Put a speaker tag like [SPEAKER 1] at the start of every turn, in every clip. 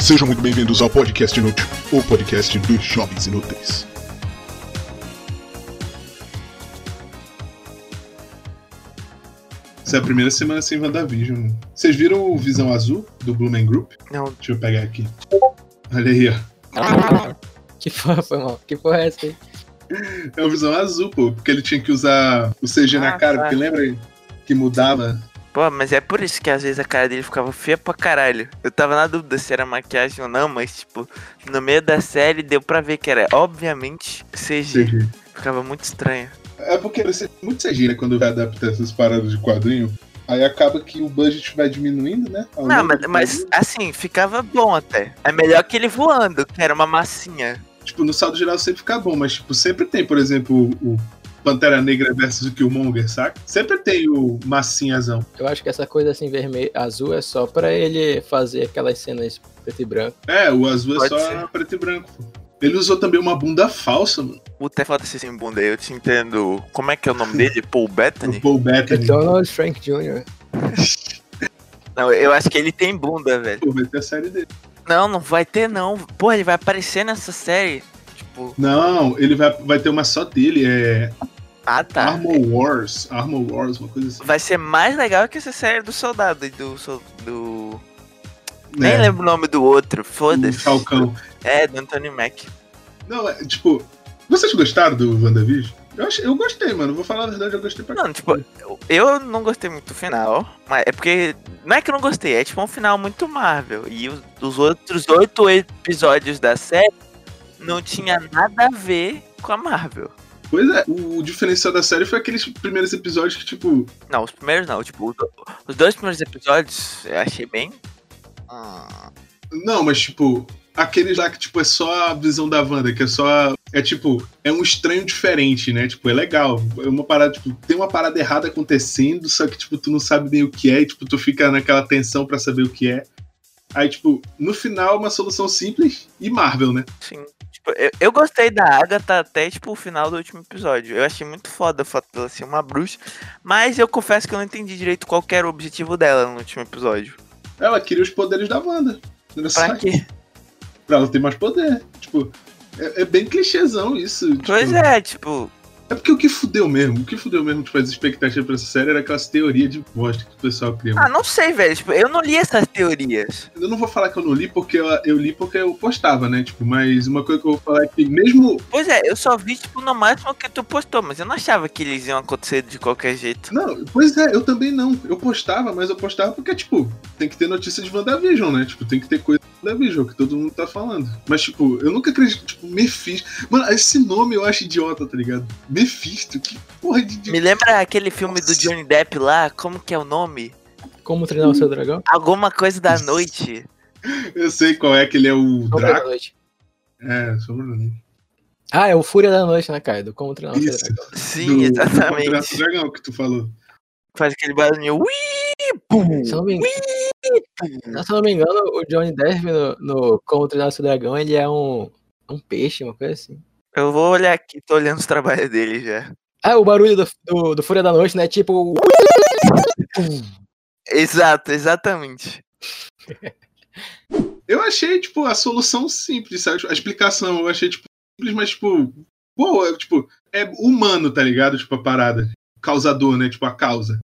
[SPEAKER 1] Sejam muito bem-vindos ao Podcast Inútil, o podcast dos jovens inúteis.
[SPEAKER 2] Essa é a primeira semana sem WandaVision. Vocês viram o Visão Azul do Blumen Group?
[SPEAKER 3] Não.
[SPEAKER 2] Deixa eu pegar aqui. Olha aí, ó.
[SPEAKER 4] Que porra foi, mal? Que porra é essa aí?
[SPEAKER 2] É o Visão Azul, pô. Porque ele tinha que usar o CG na
[SPEAKER 3] Ah,
[SPEAKER 2] cara,
[SPEAKER 3] tá.
[SPEAKER 2] porque lembra que mudava?
[SPEAKER 3] Pô, mas é por isso que às vezes a cara dele ficava feia pra caralho. Eu tava na dúvida se era maquiagem ou não, mas tipo, no meio da série deu pra ver que era obviamente CG.
[SPEAKER 2] CG.
[SPEAKER 3] Ficava muito estranho.
[SPEAKER 2] É porque você tem muito CG, né, quando vai adaptar essas paradas de quadrinho. Aí acaba que o budget vai diminuindo, né? ao
[SPEAKER 3] Não,
[SPEAKER 2] longo
[SPEAKER 3] mas,
[SPEAKER 2] do
[SPEAKER 3] mas, assim, ficava bom até. É melhor que ele voando, que era uma massinha.
[SPEAKER 2] tipo, no saldo geral sempre fica bom, mas tipo, sempre tem, por exemplo, o o Pantera Negra versus o Killmonger, saca? Sempre tem o massinhazão.
[SPEAKER 4] Eu acho que essa coisa assim, vermelha, azul, é só pra ele fazer aquelas cenas preto e branco.
[SPEAKER 2] É, o azul
[SPEAKER 3] Pode
[SPEAKER 2] é só
[SPEAKER 3] ser.
[SPEAKER 2] preto e branco, pô. Ele usou também uma bunda falsa, mano.
[SPEAKER 3] Puta, é foda-se sem bunda, eu te entendo. Como é que é o nome dele? Paul
[SPEAKER 2] O
[SPEAKER 3] Bettany?
[SPEAKER 2] Paul Bettany.
[SPEAKER 4] Donald é Frank Jr.
[SPEAKER 3] Não, eu acho que ele tem bunda, velho.
[SPEAKER 2] Pô, vai ter a série dele.
[SPEAKER 3] Não, não vai ter não. Pô, ele vai aparecer nessa série. Tipo,
[SPEAKER 2] Não, ele vai, vai ter uma só dele, é
[SPEAKER 3] ah tá.
[SPEAKER 2] Armor Wars. Armor Wars, uma coisa assim.
[SPEAKER 3] Vai ser mais legal que essa série do soldado e do. sol- do...
[SPEAKER 2] É,
[SPEAKER 3] Nem lembro o nome do outro,
[SPEAKER 2] o
[SPEAKER 3] foda-se.
[SPEAKER 2] Falcão.
[SPEAKER 3] É, do Anthony Mack.
[SPEAKER 2] Não, é, tipo, vocês gostaram do WandaVision? Eu, achei, eu gostei, mano. Vou falar a verdade, eu gostei pra
[SPEAKER 3] Não, tipo, eu- eu não gostei muito do final, mas é porque. Não é que eu não gostei, é tipo um final muito Marvel. E os, os outros oito episódios da série não tinha nada a ver com a Marvel.
[SPEAKER 2] Pois é, o diferencial da série foi aqueles primeiros episódios que, tipo,
[SPEAKER 3] Não, os primeiros não, tipo, os do- os dois primeiros episódios eu achei bem. Ah,
[SPEAKER 2] Não, mas tipo, aqueles lá que tipo, é só a visão da Wanda, que é só. a- É tipo, é um estranho diferente, né? Tipo, é legal. É uma parada, tipo, tem uma parada errada acontecendo, só que, tipo, tu não sabe nem o que é, e tipo, tu fica naquela tensão pra saber o que é. Aí, tipo, no final, uma solução simples e Marvel, né?
[SPEAKER 3] sim. Tipo, eu, eu gostei da Agatha até, tipo, o final do último episódio. Eu achei muito foda o fato dela ser uma bruxa, mas eu confesso que eu não entendi direito qual que era o objetivo dela no último episódio.
[SPEAKER 2] Ela queria os poderes da Wanda. Era só
[SPEAKER 3] Pra
[SPEAKER 2] isso,
[SPEAKER 3] quê?
[SPEAKER 2] pra ela ter mais poder. Tipo, é, é bem clichêzão isso. tipo,
[SPEAKER 3] Pois é, tipo,
[SPEAKER 2] É porque o que fudeu mesmo, o que fudeu mesmo, tipo, as expectativas pra essa série era aquelas teorias de bosta que o pessoal cria.
[SPEAKER 3] ah, não sei, velho. Tipo, eu não li essas teorias.
[SPEAKER 2] Eu não vou falar que eu não li porque eu, eu li porque eu postava, né? Tipo, mas uma coisa que eu vou falar é que mesmo.
[SPEAKER 3] Pois é, eu só vi, tipo, no máximo que tu postou, mas eu não achava que eles iam acontecer de qualquer jeito.
[SPEAKER 2] Não, pois é, eu também não. Eu postava, mas eu postava porque, tipo, tem que ter notícia de WandaVision, né? Tipo, tem que ter coisa de WandaVision, que todo mundo tá falando. Mas, tipo, eu nunca acredito, tipo, Mephisto. Mano, esse nome eu acho idiota, tá ligado? Mephisto, que porra de. de...
[SPEAKER 3] Me lembra aquele filme do
[SPEAKER 2] Nossa.
[SPEAKER 3] Johnny Depp lá? Como que é o nome?
[SPEAKER 4] Como treinar o seu dragão?
[SPEAKER 3] Alguma coisa da noite.
[SPEAKER 2] Eu sei qual é que ele é o
[SPEAKER 4] Fúria da
[SPEAKER 2] Draco.
[SPEAKER 4] noite.
[SPEAKER 2] É, sobrenome.
[SPEAKER 4] Ah, é o Fúria da Noite, né, Caio? Do Como treinar o seu
[SPEAKER 2] Isso.
[SPEAKER 4] dragão.
[SPEAKER 3] Sim,
[SPEAKER 2] do- Do Draco
[SPEAKER 3] exatamente.
[SPEAKER 2] Dragão que tu falou.
[SPEAKER 3] Faz aquele barulhinho. Ui, pum.
[SPEAKER 4] Se eu não me engano, se eu não me engano o Johnny Depp no, no Como treinar o seu dragão, ele é um, um peixe, uma coisa assim.
[SPEAKER 3] Eu vou olhar aqui, tô olhando os trabalhos dele já.
[SPEAKER 4] Ah, o barulho do, do, do Fúria da Noite, né? Tipo.
[SPEAKER 3] Exato, exatamente.
[SPEAKER 2] Eu achei, tipo, a solução simples, sabe? Tipo, A explicação, eu achei, tipo, simples, mas, tipo, boa, tipo, é humano, tá ligado? Tipo, a parada. Causador, né? Tipo, a causa.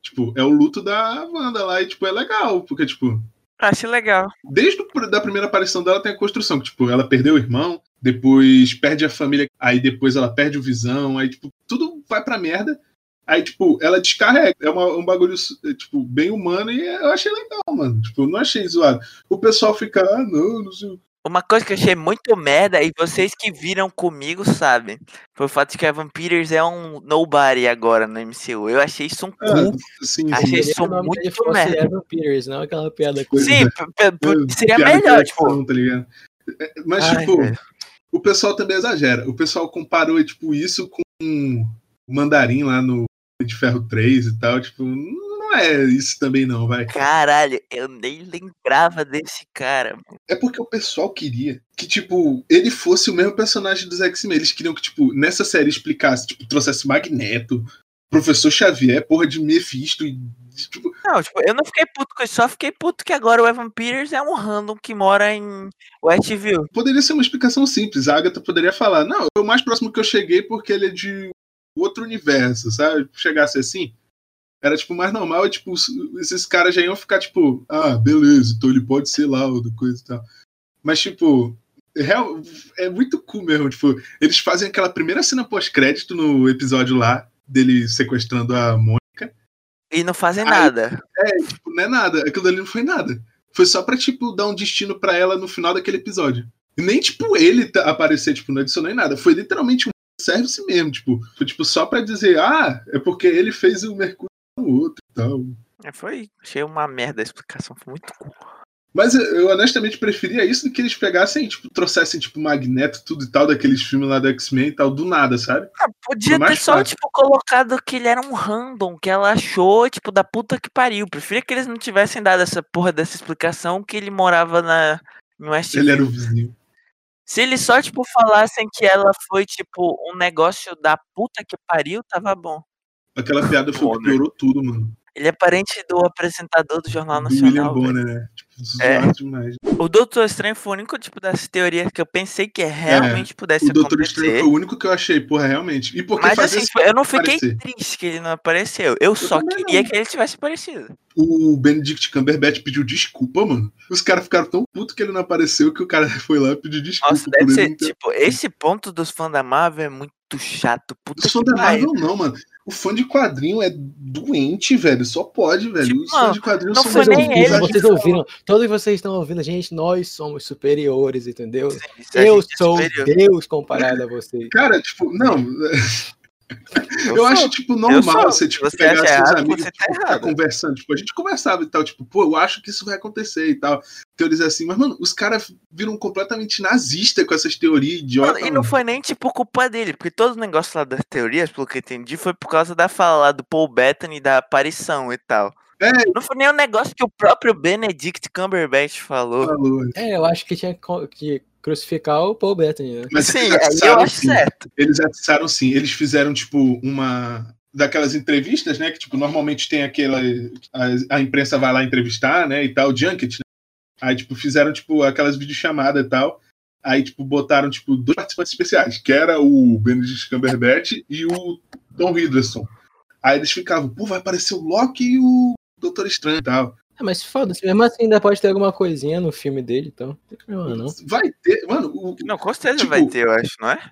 [SPEAKER 2] Tipo, é o luto da Wanda lá e, tipo, é legal, porque, tipo,
[SPEAKER 3] Achei legal.
[SPEAKER 2] desde o pr- da primeira aparição dela tem a construção, que, tipo, ela perdeu o irmão, depois perde a família, aí depois ela perde o visão, aí, tipo, tudo vai pra merda. Aí, tipo, ela descarrega. É uma- um bagulho, é, tipo, bem humano e eu achei legal, mano. Tipo, eu não achei zoado. O pessoal fica, ah, não, não sei o
[SPEAKER 3] Uma coisa que eu achei muito merda, e vocês que viram comigo sabem, foi o fato de que Evan Peters é um nobody agora no MCU. Eu achei isso um
[SPEAKER 2] Ah,
[SPEAKER 3] cu.
[SPEAKER 2] sim, sim.
[SPEAKER 3] Achei
[SPEAKER 4] Seria
[SPEAKER 3] isso
[SPEAKER 4] é o nome dele
[SPEAKER 3] muito
[SPEAKER 4] fosse
[SPEAKER 3] merda.
[SPEAKER 4] Evan Peters, não aquela piada com
[SPEAKER 2] Pois
[SPEAKER 3] Sim,
[SPEAKER 2] é.
[SPEAKER 3] p- p- p-
[SPEAKER 2] Eu-
[SPEAKER 3] seria
[SPEAKER 2] piada
[SPEAKER 3] melhor,
[SPEAKER 2] de
[SPEAKER 3] tipo.
[SPEAKER 2] coração, tá ligado? É, Mas,
[SPEAKER 3] Ai,
[SPEAKER 2] tipo,
[SPEAKER 3] velho.
[SPEAKER 2] o pessoal também exagera. O pessoal comparou, tipo, isso com o Mandarim lá no Homem de Ferro 3 e tal. Tipo, não é isso também não, vai.
[SPEAKER 3] tipo, Caralho, eu nem lembrava desse cara. mano.
[SPEAKER 2] É porque o pessoal queria que, tipo, ele fosse o mesmo personagem dos X-Men. Eles queriam que, tipo, nessa série explicasse, tipo, trouxesse Magneto, Professor Xavier, porra de Mephisto e Tipo,
[SPEAKER 3] Não, tipo, eu não fiquei puto com isso, só fiquei puto que agora o Evan Peters é um random que mora em Westview.
[SPEAKER 2] poderia ser uma explicação simples. A Agatha poderia falar, não, é o mais próximo que eu cheguei porque ele é de outro universo, sabe? Chegasse assim. Era, tipo, mais normal, e, tipo, os- esses caras já iam ficar, tipo, ah, beleza, então ele pode ser lá, outra coisa e tal. Mas, tipo, real, é muito cool mesmo, tipo, eles fazem aquela primeira cena pós-crédito no episódio lá, dele sequestrando a Mônica.
[SPEAKER 3] E não fazem
[SPEAKER 2] Ai.
[SPEAKER 3] nada.
[SPEAKER 2] Tipo, não é nada. Aquilo ali não foi nada. Foi só pra, tipo, dar um destino pra ela no final daquele episódio. E nem, tipo, ele tá- aparecer, tipo, não adicionou em nada. Foi literalmente um service mesmo, tipo. Foi, tipo, só pra dizer, ah, é porque ele fez o Mercúrio no outro e tal.
[SPEAKER 3] É, Foi. Achei uma merda a explicação, foi muito cu.
[SPEAKER 2] Mas eu, eu honestamente preferia isso do que eles pegassem, tipo, trouxessem, tipo, Magneto, tudo e tal, daqueles filmes lá do X-Men e tal, do nada, sabe?
[SPEAKER 3] Ah, podia ter
[SPEAKER 2] mais
[SPEAKER 3] só,
[SPEAKER 2] fácil.
[SPEAKER 3] tipo, colocado que ele era um random, que ela achou, tipo, da puta que pariu. Prefiro que eles não tivessem dado essa porra dessa explicação que ele morava na. No West
[SPEAKER 2] Ele é era o vizinho.
[SPEAKER 3] Se eles só, tipo, falassem que ela foi, tipo, um negócio da puta que pariu, tava bom.
[SPEAKER 2] Aquela piada foi o que
[SPEAKER 3] Bonner.
[SPEAKER 2] piorou tudo, mano.
[SPEAKER 3] Ele é parente do apresentador do Jornal
[SPEAKER 2] Do William
[SPEAKER 3] Nacional. velho.
[SPEAKER 2] Bonner, né? Tipo,
[SPEAKER 3] É.
[SPEAKER 2] zoado demais.
[SPEAKER 3] O Doutor Estranho foi o único tipo das teorias que eu pensei que realmente pudesse
[SPEAKER 2] É, O Doutor
[SPEAKER 3] acontecer.
[SPEAKER 2] Estranho foi o único que eu achei, porra, realmente. E porque
[SPEAKER 3] Mas
[SPEAKER 2] fazer
[SPEAKER 3] assim,
[SPEAKER 2] esse
[SPEAKER 3] tipo, eu não fiquei
[SPEAKER 2] aparecer.
[SPEAKER 3] triste que ele não apareceu. Eu, só
[SPEAKER 2] também
[SPEAKER 3] queria
[SPEAKER 2] não.
[SPEAKER 3] que ele tivesse aparecido.
[SPEAKER 2] o Benedict Cumberbatch pediu desculpa, mano. Os caras ficaram tão putos que ele não apareceu que o cara foi lá e pediu desculpa
[SPEAKER 3] Nossa, deve
[SPEAKER 2] por
[SPEAKER 3] ser,
[SPEAKER 2] ele não ter.
[SPEAKER 3] tipo, esse ponto dos fãs da Marvel é muito chato. Puta
[SPEAKER 2] Os fãs
[SPEAKER 3] que
[SPEAKER 2] da
[SPEAKER 3] pariu.
[SPEAKER 2] Marvel não, mano. O fã de quadrinho é doente, velho. Só pode, velho.
[SPEAKER 3] Tipo,
[SPEAKER 2] Os fãs de quadrinho
[SPEAKER 3] não
[SPEAKER 2] são
[SPEAKER 3] foi
[SPEAKER 4] Vocês,
[SPEAKER 2] mais
[SPEAKER 3] nem
[SPEAKER 2] ouvidos,
[SPEAKER 4] ouviram,
[SPEAKER 3] ele.
[SPEAKER 2] acho que
[SPEAKER 4] vocês
[SPEAKER 2] são.
[SPEAKER 4] ouviram, todos vocês estão ouvindo, gente, nós somos superiores, entendeu?
[SPEAKER 3] Sim, se a
[SPEAKER 4] Eu
[SPEAKER 3] gente é
[SPEAKER 4] sou
[SPEAKER 3] superior,
[SPEAKER 4] Deus comparado a vocês.
[SPEAKER 2] Cara, tipo, não. Eu,
[SPEAKER 3] sou.
[SPEAKER 2] acho, tipo, normal
[SPEAKER 3] sou.
[SPEAKER 2] você, tipo,
[SPEAKER 3] Você
[SPEAKER 2] pegar
[SPEAKER 3] acha
[SPEAKER 2] seus
[SPEAKER 3] errado,
[SPEAKER 2] amigos
[SPEAKER 3] você
[SPEAKER 2] e
[SPEAKER 3] tá
[SPEAKER 2] tipo, ficar
[SPEAKER 3] errado.
[SPEAKER 2] conversando. Tipo, a gente conversava e tal, tipo, pô, eu acho que isso vai acontecer e tal. Teorias assim, mas, mano, os caras viram completamente nazista com essas teorias
[SPEAKER 3] Mano,
[SPEAKER 2] idiotas.
[SPEAKER 3] e não
[SPEAKER 2] mano.
[SPEAKER 3] foi nem, tipo, culpa dele, porque todo o negócio lá das teorias, pelo que eu entendi, foi por causa da fala lá do Paul Bettany, da aparição e tal.
[SPEAKER 2] É.
[SPEAKER 3] Não foi nem um negócio que o próprio Benedict Cumberbatch falou.
[SPEAKER 2] Falou,
[SPEAKER 4] É, eu acho que tinha co- que crucificar o Paul Bettany, né?
[SPEAKER 2] Mas é assim. eles
[SPEAKER 3] Sim, aí eu
[SPEAKER 2] atiçaram
[SPEAKER 3] acho é
[SPEAKER 2] sim.
[SPEAKER 3] certo.
[SPEAKER 2] Eles atiçaram sim. Eles fizeram, tipo, uma. Daquelas entrevistas, né? Que, tipo, normalmente tem aquela. A, a imprensa vai lá entrevistar, né? E tal, junket, né? Aí, tipo, fizeram, tipo, aquelas videochamadas e tal. Aí, tipo, botaram, tipo, dois participantes especiais, que era o Benedict Cumberbatch e o Tom Hiddleston. Aí eles ficavam, pô, vai aparecer o Loki e o Doutor Estranho e tal.
[SPEAKER 4] Ah, mas foda-se, mesmo assim ainda pode ter alguma coisinha no filme dele, então. Não tem problema, não.
[SPEAKER 2] Vai ter. Mano, o,
[SPEAKER 3] Não, com certeza
[SPEAKER 2] Tipo,
[SPEAKER 3] vai ter, eu acho, não é?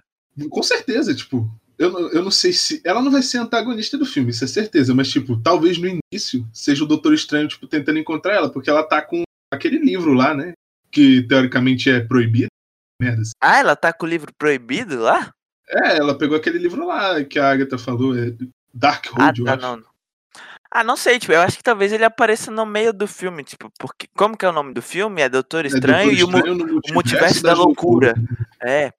[SPEAKER 2] Com certeza, tipo, eu, não- eu não sei se. Ela não vai ser antagonista do filme, isso é certeza, mas, tipo, talvez no início seja o Doutor Estranho, tipo, tentando encontrar ela, porque ela tá com aquele livro lá, né? Que teoricamente é proibido. Merda. assim.
[SPEAKER 3] Ah, ela tá com o livro proibido lá?
[SPEAKER 2] É, ela pegou aquele livro lá que a Agatha falou, é
[SPEAKER 3] Ah,
[SPEAKER 2] Darkhold, eu
[SPEAKER 3] tá,
[SPEAKER 2] acho. né,
[SPEAKER 3] não. não. Ah, não sei, tipo, eu acho que talvez ele apareça no meio do filme, tipo, porque. Como que é o nome do filme? É Doutor
[SPEAKER 2] É Doutor
[SPEAKER 3] Estranho e o. Mu-
[SPEAKER 2] Estranho no
[SPEAKER 3] o Multiverso da
[SPEAKER 2] das
[SPEAKER 3] Loucura.
[SPEAKER 2] Loucuras.
[SPEAKER 3] É.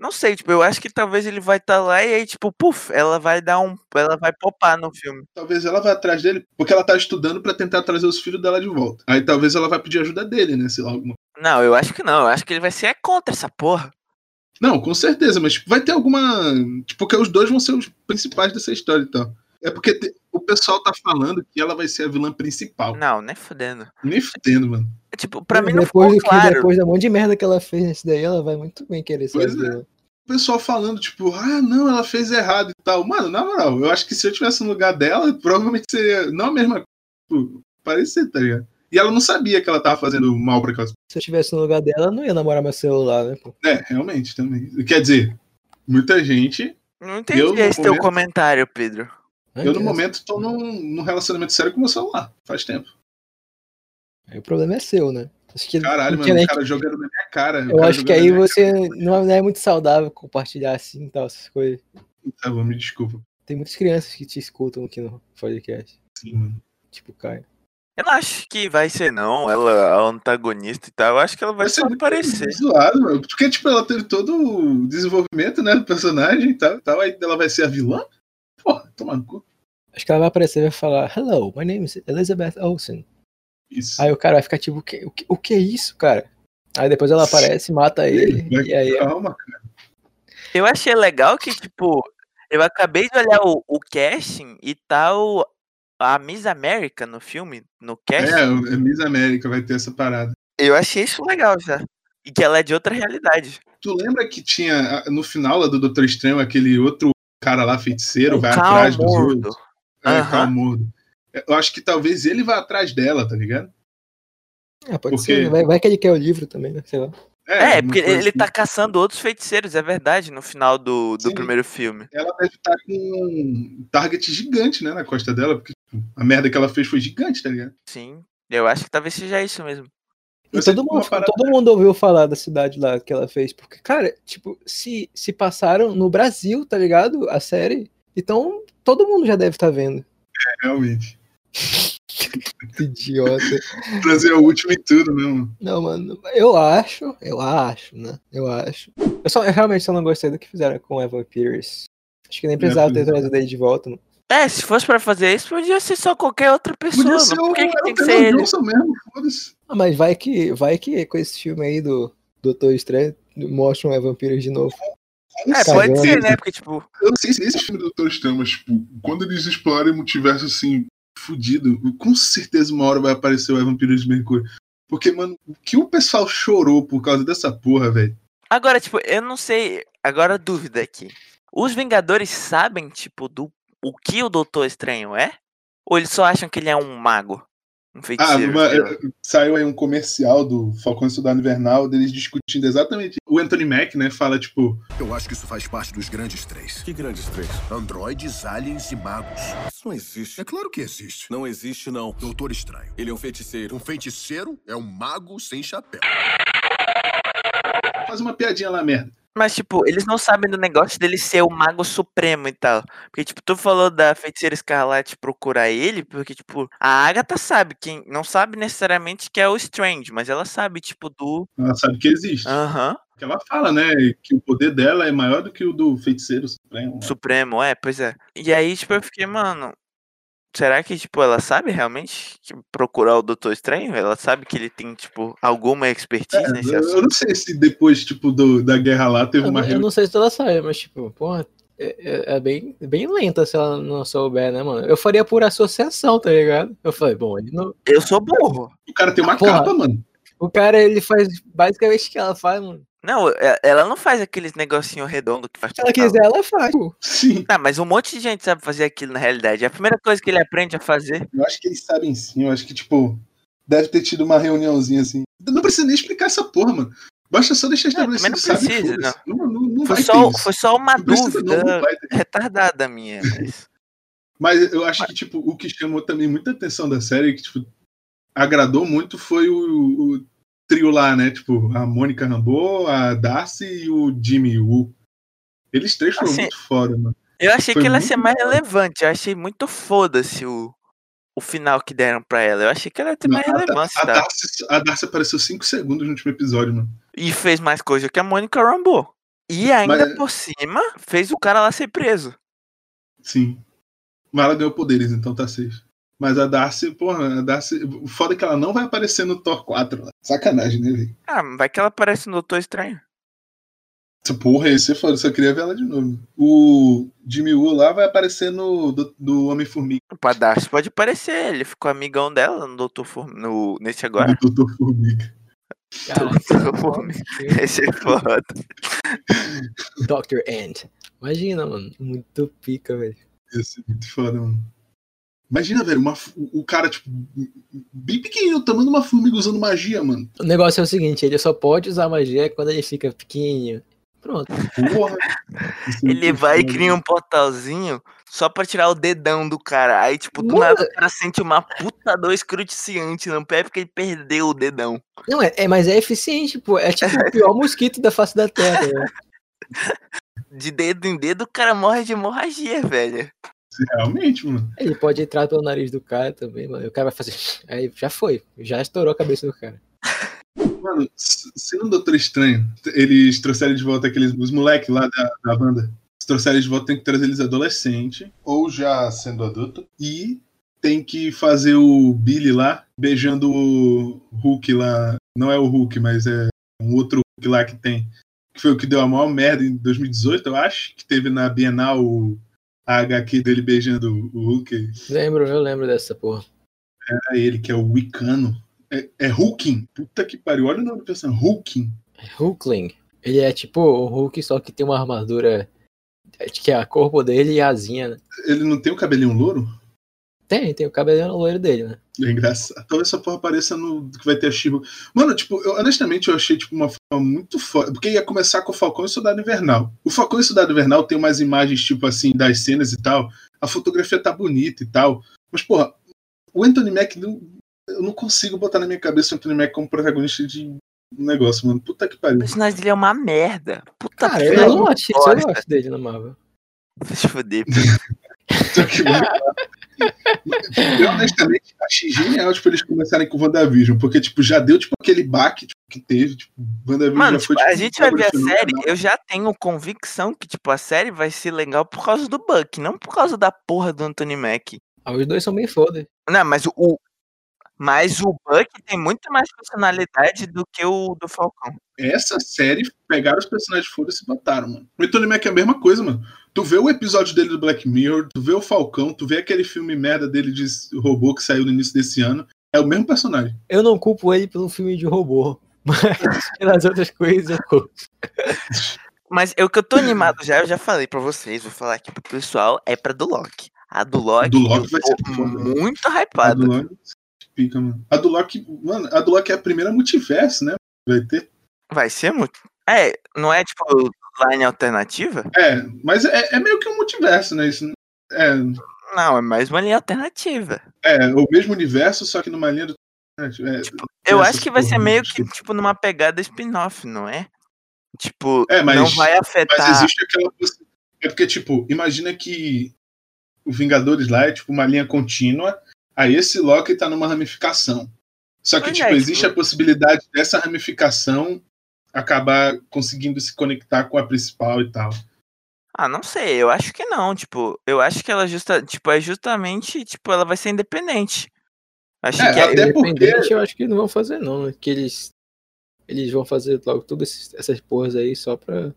[SPEAKER 3] Não sei, tipo, eu acho que talvez ele vai estar lá e aí, tipo, puf, ela vai dar um. Ela vai popar no filme.
[SPEAKER 2] Talvez ela vá atrás dele, porque ela tá estudando pra tentar trazer os filhos dela de volta. Aí talvez ela vai pedir ajuda dele, né? Sei lá, alguma
[SPEAKER 3] Não, eu acho que não. Eu acho que ele vai ser é contra essa porra.
[SPEAKER 2] Não, com certeza, mas tipo, vai ter alguma. Tipo, porque os dois vão ser os principais dessa história e tal. É porque te- o pessoal tá falando que ela vai ser a vilã principal.
[SPEAKER 3] Não, nem fudendo.
[SPEAKER 2] Nem fudendo, mano.
[SPEAKER 3] Tipo,
[SPEAKER 2] É,
[SPEAKER 3] pra mim não
[SPEAKER 4] depois,
[SPEAKER 3] ficou
[SPEAKER 4] do que,
[SPEAKER 3] claro.
[SPEAKER 4] depois da monte de merda que ela fez nesse daí, ela vai muito bem querer ser.
[SPEAKER 2] Pois
[SPEAKER 4] a
[SPEAKER 2] é.
[SPEAKER 4] vilã.
[SPEAKER 2] O pessoal falando, tipo, ah, não, ela fez errado e tal. Mano, na moral, eu acho que se eu tivesse no lugar dela, provavelmente seria não a mesma coisa. Tipo, parecia, tá ligado? E ela não sabia que ela tava fazendo mal pra aquelas.
[SPEAKER 4] Se eu estivesse no lugar dela, eu não ia namorar meu celular, né? pô?
[SPEAKER 2] É, realmente também. Quer dizer, muita gente
[SPEAKER 3] Não entendi
[SPEAKER 2] no
[SPEAKER 3] esse teu
[SPEAKER 2] momento-
[SPEAKER 3] comentário, Pedro.
[SPEAKER 2] Eu, no
[SPEAKER 4] Ai,
[SPEAKER 2] momento, tô num, num relacionamento sério com o meu celular. Faz tempo.
[SPEAKER 4] Aí O problema é seu, né? Acho que
[SPEAKER 2] Caralho,
[SPEAKER 4] não tinha
[SPEAKER 2] mano, o
[SPEAKER 4] nem-
[SPEAKER 2] cara jogando na minha cara. o
[SPEAKER 4] eu
[SPEAKER 2] cara
[SPEAKER 4] acho
[SPEAKER 2] jogando na
[SPEAKER 4] que
[SPEAKER 2] né?
[SPEAKER 4] aí
[SPEAKER 2] minha
[SPEAKER 4] você não é- não é muito saudável compartilhar assim e tal, essas coisas.
[SPEAKER 2] Tá bom, me desculpa.
[SPEAKER 4] Tem muitas crianças que te escutam aqui no podcast.
[SPEAKER 2] Sim, mano.
[SPEAKER 4] Tipo, Caio.
[SPEAKER 3] Eu não acho que vai ser, não. Ela é a antagonista e tal. Eu acho que ela vai só
[SPEAKER 2] muito
[SPEAKER 3] aparecer.
[SPEAKER 2] Zoado, mano. Porque, tipo, ela teve todo o desenvolvimento, né, do personagem e tal, e tal. Aí ela vai ser a vilã? Porra, toma no cu.
[SPEAKER 4] Acho que ela vai aparecer e vai falar: Hello, my name is Elizabeth Olsen.
[SPEAKER 2] Isso.
[SPEAKER 4] Aí o cara vai ficar tipo: o que, o que, o que é isso, cara? Aí depois ela aparece, mata ele.
[SPEAKER 2] Vai-
[SPEAKER 4] E aí é
[SPEAKER 2] Calma, cara.
[SPEAKER 3] Eu achei legal que, tipo, eu acabei de olhar o, o casting e tal. a Miss América no filme, no cast.
[SPEAKER 2] É, a Miss América vai ter essa parada.
[SPEAKER 3] Eu achei isso legal já. E que ela é de outra realidade.
[SPEAKER 2] Tu lembra que tinha ah, no final lá do Doutor Estranho aquele outro cara lá feiticeiro
[SPEAKER 3] O
[SPEAKER 2] vai
[SPEAKER 3] Cal
[SPEAKER 2] atrás dos
[SPEAKER 3] Mordo.
[SPEAKER 2] outros? É,
[SPEAKER 3] Aham.
[SPEAKER 2] Cal Mordo. Eu acho que talvez ele vá atrás dela, tá ligado?
[SPEAKER 4] É, pode
[SPEAKER 2] Porque-
[SPEAKER 4] ser. né? Vai, vai que ele quer o livro também, né? Sei lá.
[SPEAKER 3] É,
[SPEAKER 2] uma
[SPEAKER 3] porque
[SPEAKER 2] coisa
[SPEAKER 3] ele
[SPEAKER 2] assim.
[SPEAKER 3] tá caçando outros feiticeiros, é verdade, no final do, do
[SPEAKER 2] Sim.
[SPEAKER 3] primeiro filme.
[SPEAKER 2] Ela deve estar com um target gigante, né, na costa dela, porque tipo, a merda que ela fez foi gigante, tá ligado?
[SPEAKER 3] Sim. Eu acho que talvez seja isso mesmo.
[SPEAKER 4] E
[SPEAKER 2] Eu sei
[SPEAKER 4] todo
[SPEAKER 2] que
[SPEAKER 4] mundo,
[SPEAKER 2] uma parada-
[SPEAKER 4] todo mundo ouviu falar da cidade lá que ela fez. Porque, cara, tipo, se, se passaram no Brasil, tá ligado? A série. Então, todo mundo já deve estar vendo.
[SPEAKER 2] É, Realmente.
[SPEAKER 4] Que idiota.
[SPEAKER 2] Trazer o último em tudo, né, mano?
[SPEAKER 4] Não, mano, eu acho, eu acho, né? Eu acho. Eu, só, eu realmente só não gostei do que fizeram com Evan Peters. Acho que nem precisava ter
[SPEAKER 2] pois é.
[SPEAKER 4] trazido ele de volta. Mano.
[SPEAKER 3] É, se fosse pra fazer isso, podia ser só qualquer outra pessoa.
[SPEAKER 2] Podia
[SPEAKER 3] mas
[SPEAKER 2] ser um o
[SPEAKER 3] Por que, que
[SPEAKER 2] era
[SPEAKER 3] tem
[SPEAKER 2] o
[SPEAKER 3] que
[SPEAKER 2] Kenan
[SPEAKER 3] ser ele?
[SPEAKER 2] Johnson mesmo, foda-se.
[SPEAKER 4] Ah, mas vai que, vai que com esse filme aí do Doutor Estranho mostram Evan Peters de novo.
[SPEAKER 3] É,
[SPEAKER 4] Esse
[SPEAKER 3] pode
[SPEAKER 2] um
[SPEAKER 4] cara,
[SPEAKER 3] ser,
[SPEAKER 4] né?
[SPEAKER 3] né? Porque, tipo,
[SPEAKER 2] Eu não sei se esse filme do Doutor Estranho, mas, tipo, quando eles explorarem um multiverso assim, fudido, com certeza uma hora vai aparecer o Evan Peters de Mercúrio. Porque, mano, o que o pessoal chorou por causa dessa porra, velho?
[SPEAKER 3] Agora, tipo, eu não sei. Agora, dúvida aqui. Os Vingadores sabem, tipo, do o que o Doutor Estranho é? Ou eles só acham que ele é um mago? Um
[SPEAKER 2] Ah,
[SPEAKER 3] feiticeiro?
[SPEAKER 2] uma-
[SPEAKER 3] sei lá.
[SPEAKER 2] saiu aí um comercial do Falcão Estudado Invernal, deles discutindo exatamente. O Anthony Mack, né, fala, tipo,
[SPEAKER 5] Eu acho que isso faz parte dos grandes três.
[SPEAKER 6] Que grandes três?
[SPEAKER 5] Androides, aliens e magos.
[SPEAKER 6] Isso não existe.
[SPEAKER 5] É claro que existe.
[SPEAKER 6] Não existe, não.
[SPEAKER 5] Doutor Estranho.
[SPEAKER 6] Ele é um feiticeiro.
[SPEAKER 5] Um feiticeiro é um mago sem chapéu.
[SPEAKER 2] faz uma piadinha lá, merda.
[SPEAKER 3] Mas, tipo, eles não sabem do negócio dele ser o mago supremo e tal. Porque, tipo, tu falou da feiticeira escarlate procurar ele, porque, tipo, a Agatha sabe quem. Não sabe necessariamente que é o Strange, mas ela sabe, tipo, do.
[SPEAKER 2] Ela sabe que existe.
[SPEAKER 3] Aham.
[SPEAKER 2] Porque ela fala, né, que o poder dela é maior do que o do feiticeiro supremo.
[SPEAKER 3] Supremo, é, pois é. E aí, tipo, eu fiquei, mano. Será que, tipo, ela sabe realmente que procurar o Doutor Estranho? Ela sabe que ele tem, tipo, alguma expertise nesse
[SPEAKER 2] Eu, eu
[SPEAKER 3] assunto?
[SPEAKER 2] não sei se depois, tipo, do- da guerra lá teve
[SPEAKER 4] Eu,
[SPEAKER 2] uma
[SPEAKER 4] não- eu não sei se ela sabe, mas tipo, porra, é, é- é bem, bem lenta se ela não souber, né, mano? Eu faria por associação, tá ligado? Eu falei, bom, ele não,
[SPEAKER 3] Eu sou burro.
[SPEAKER 2] O cara tem uma
[SPEAKER 4] Porra.
[SPEAKER 2] capa, mano.
[SPEAKER 4] o cara ele faz basicamente o que ela faz, mano.
[SPEAKER 3] Não, e- eh, ela não faz aqueles negocinho redondo que faz.
[SPEAKER 4] Se ela
[SPEAKER 3] portal.
[SPEAKER 4] quiser, ela faz. pô.
[SPEAKER 2] Sim.
[SPEAKER 3] Tá, mas um monte de gente sabe fazer aquilo na realidade. É a primeira coisa que ele aprende a fazer.
[SPEAKER 2] Eu acho que eles sabem sim. Eu acho que, tipo, deve ter tido uma reuniãozinha assim. Não precisa nem explicar essa porra, mano. Basta só deixar estabelecido.
[SPEAKER 3] É, não
[SPEAKER 2] sabe,
[SPEAKER 3] precisa,
[SPEAKER 2] foda-se. não. Não, não
[SPEAKER 3] Foi
[SPEAKER 2] vai
[SPEAKER 3] só,
[SPEAKER 2] ter isso.
[SPEAKER 3] foi só uma
[SPEAKER 2] Não precisa, não,
[SPEAKER 3] dúvida
[SPEAKER 2] não vai ter.
[SPEAKER 3] retardada minha. Mas...
[SPEAKER 2] Mas eu acho que, tipo, o que chamou também muita atenção da série, que, tipo, agradou muito foi o, o trio lá, né? Tipo, a Mônica Rambeau, a Darcy e o Jimmy Woo. Eles três foram
[SPEAKER 3] Assim,
[SPEAKER 2] muito foda, mano.
[SPEAKER 3] Eu achei
[SPEAKER 2] Foi
[SPEAKER 3] que ela ia
[SPEAKER 2] muito
[SPEAKER 3] ser mais
[SPEAKER 2] da hora.
[SPEAKER 3] relevante. Eu achei muito foda-se o, o final que deram pra ela. Eu achei que ela ia ter
[SPEAKER 2] Não,
[SPEAKER 3] mais
[SPEAKER 2] a, Da-
[SPEAKER 3] relevância.
[SPEAKER 2] a,
[SPEAKER 3] tá?
[SPEAKER 2] Darcy, a Darcy apareceu 5 segundos no último episódio, mano.
[SPEAKER 3] E fez mais coisa que a Mônica Rambeau. E ainda
[SPEAKER 2] Mas-
[SPEAKER 3] por cima, fez o cara lá ser preso.
[SPEAKER 2] Sim. Mas ela ganhou poderes, então tá safe. Mas a Darcy, porra, a Darcy. O foda é que ela não vai aparecer no Thor 4. lá. Sacanagem, né, velho?
[SPEAKER 3] Ah, vai que ela aparece no Doutor Estranho.
[SPEAKER 2] Essa Tipo, porra aí, você foda, só queria ver ela de novo. O Jimmy Woo lá vai aparecer no do, do Homem-Formiga,
[SPEAKER 3] Pra Darcy pode aparecer, ele ficou amigão dela no Doutor Form... no nesse
[SPEAKER 2] no
[SPEAKER 4] Uhum.
[SPEAKER 3] agora.
[SPEAKER 2] Doutor Formiga.
[SPEAKER 3] Doutor Formiga. Esse é foda.
[SPEAKER 4] Dr. End. Imagina, mano. Muito pica, velho.
[SPEAKER 2] Ia ser muito foda, mano. Imagina, velho, uma f- o o cara, tipo, bem pequenininho, tomando uma formiga usando magia, mano.
[SPEAKER 4] O negócio é o seguinte, ele só pode usar magia quando ele fica pequenininho. Pronto.
[SPEAKER 2] Porra. Ia
[SPEAKER 4] Uhum.
[SPEAKER 2] ser
[SPEAKER 3] Ele
[SPEAKER 2] muito
[SPEAKER 3] vai e
[SPEAKER 2] foda.
[SPEAKER 3] cria um portalzinho só pra tirar o dedão do cara. Aí, tipo, do
[SPEAKER 4] Mano.
[SPEAKER 3] nada o cara sente uma puta dor escruticiante no pé porque ele perdeu o dedão.
[SPEAKER 4] Não, é, é- mas é eficiente, pô. É tipo o pior mosquito da face da Terra. né?
[SPEAKER 3] De dedo em dedo, o cara morre de hemorragia, velho. um
[SPEAKER 2] Realmente, mano.
[SPEAKER 4] Ele pode entrar pelo nariz do cara também, mano. E o cara vai fazer. Aí já foi. Já estourou a cabeça do cara.
[SPEAKER 2] Mano, se se no Doutor Estranho eles trouxerem de volta aqueles os moleques lá da, da banda, se trouxerem de volta tem que trazer eles adolescente ou já sendo adulto e tem que fazer o Billy lá beijando o Hulk lá, não é o Hulk, mas é um outro Hulk lá que tem, que foi o que deu a maior merda em 2018, eu acho, que teve na Bienal o a HQ dele beijando o Hulk,
[SPEAKER 4] Lembro, eu lembro dessa porra.
[SPEAKER 2] era ele, que é o Wicano. É, é Hulking. Puta que pariu. Olha o nome do personagem. Hulking.
[SPEAKER 4] Hulkling. Ele é tipo o Hulk, só que tem uma armadura é, que é a corpo dele e a asinha. né?
[SPEAKER 2] Ele não tem o cabelinho louro?
[SPEAKER 4] Tem, tem o cabelinho loiro dele, né?
[SPEAKER 2] É engraçado. Talvez essa porra apareça no que vai ter a Shiva. Mano, tipo, eu, honestamente eu achei tipo, uma forma muito foda. Porque ia começar com o Falcão e o Soldado Invernal. O Falcão e o Soldado Invernal tem umas imagens, tipo assim, das cenas e tal. A fotografia tá bonita e tal. Mas, porra, o Anthony Mack. Não, eu não consigo botar na minha cabeça o Anthony Mack como protagonista de um negócio, mano. Puta que
[SPEAKER 3] O
[SPEAKER 2] pariu.
[SPEAKER 3] personagem dele é uma merda. Puta
[SPEAKER 4] Cara,
[SPEAKER 3] merda.
[SPEAKER 4] eu não acho, eu não
[SPEAKER 3] Tá bosta.
[SPEAKER 4] acho dele na Marvel.
[SPEAKER 3] Vai se fuder.
[SPEAKER 2] Só que, mano, eu honestamente achei genial tipo, eles começarem com o WandaVision. Porque, tipo, já deu tipo, aquele baque tipo, que teve. Tipo, WandaVision
[SPEAKER 3] Mano,
[SPEAKER 2] já
[SPEAKER 3] tipo,
[SPEAKER 2] foi,
[SPEAKER 3] a
[SPEAKER 2] tipo,
[SPEAKER 3] gente vai ver a
[SPEAKER 2] revolucionou o
[SPEAKER 3] série,
[SPEAKER 2] canal.
[SPEAKER 3] eu já tenho convicção que, tipo, a série vai ser legal por causa do Buck, não por causa da porra do Anthony Mack.
[SPEAKER 4] Ah, os dois são bem foda.
[SPEAKER 3] Não, mas o- o. Mas o Buck tem muito mais personalidade do que o do Falcão.
[SPEAKER 2] Essa série pegaram os personagens foda e se botaram, mano. O Anthony Mac é a mesma coisa, mano. Tu vê o episódio dele do Black Mirror, tu vê o Falcão, tu vê aquele filme merda dele de robô que saiu no início desse ano. É o mesmo personagem.
[SPEAKER 4] Eu não culpo ele pelo filme de robô, mas pelas outras coisas eu culpo.
[SPEAKER 3] Mas eu que eu tô animado já, eu já falei pra vocês, vou falar aqui pro pessoal, é pra do Loki. A do Loki,
[SPEAKER 2] do Loki
[SPEAKER 3] eu
[SPEAKER 2] vai
[SPEAKER 3] tô
[SPEAKER 2] ser foda.
[SPEAKER 3] muito
[SPEAKER 2] A do
[SPEAKER 3] hypado.
[SPEAKER 2] Loki pica, mano. A do Loki, mano, a do Loki é a primeira multiverso, né? Vai ter.
[SPEAKER 3] Vai ser muito. É, não é tipo line alternativa?
[SPEAKER 2] É, mas é, é meio que um multiverso, né? Isso, é,
[SPEAKER 3] Não, é mais uma linha alternativa.
[SPEAKER 2] é, o mesmo universo, só que numa linha do. É,
[SPEAKER 3] Eu
[SPEAKER 2] Essas
[SPEAKER 3] acho que vai ser
[SPEAKER 2] porra,
[SPEAKER 3] meio
[SPEAKER 2] gente.
[SPEAKER 3] que, tipo, numa pegada spin-off, não é? Tipo,
[SPEAKER 2] É, mas-
[SPEAKER 3] não vai
[SPEAKER 2] Mas
[SPEAKER 3] afetar.
[SPEAKER 2] existe aquela possi- É porque, tipo, imagina que o Vingadores lá é tipo uma linha contínua, aí esse Loki tá numa ramificação. Só que,
[SPEAKER 3] Pois
[SPEAKER 2] tipo,
[SPEAKER 3] é,
[SPEAKER 2] existe
[SPEAKER 3] tipo-
[SPEAKER 2] a possibilidade dessa ramificação acabar conseguindo se conectar com a principal e tal.
[SPEAKER 3] Ah, não sei, eu acho que não, tipo, eu acho que ela justa, tipo, é justamente, tipo, ela vai ser independente. Acho
[SPEAKER 2] É,
[SPEAKER 3] que
[SPEAKER 2] até
[SPEAKER 3] é,
[SPEAKER 2] porque-
[SPEAKER 4] Independente, eu acho que não vão fazer, não. né? Que eles, eles vão fazer logo todas essas porras aí só pra,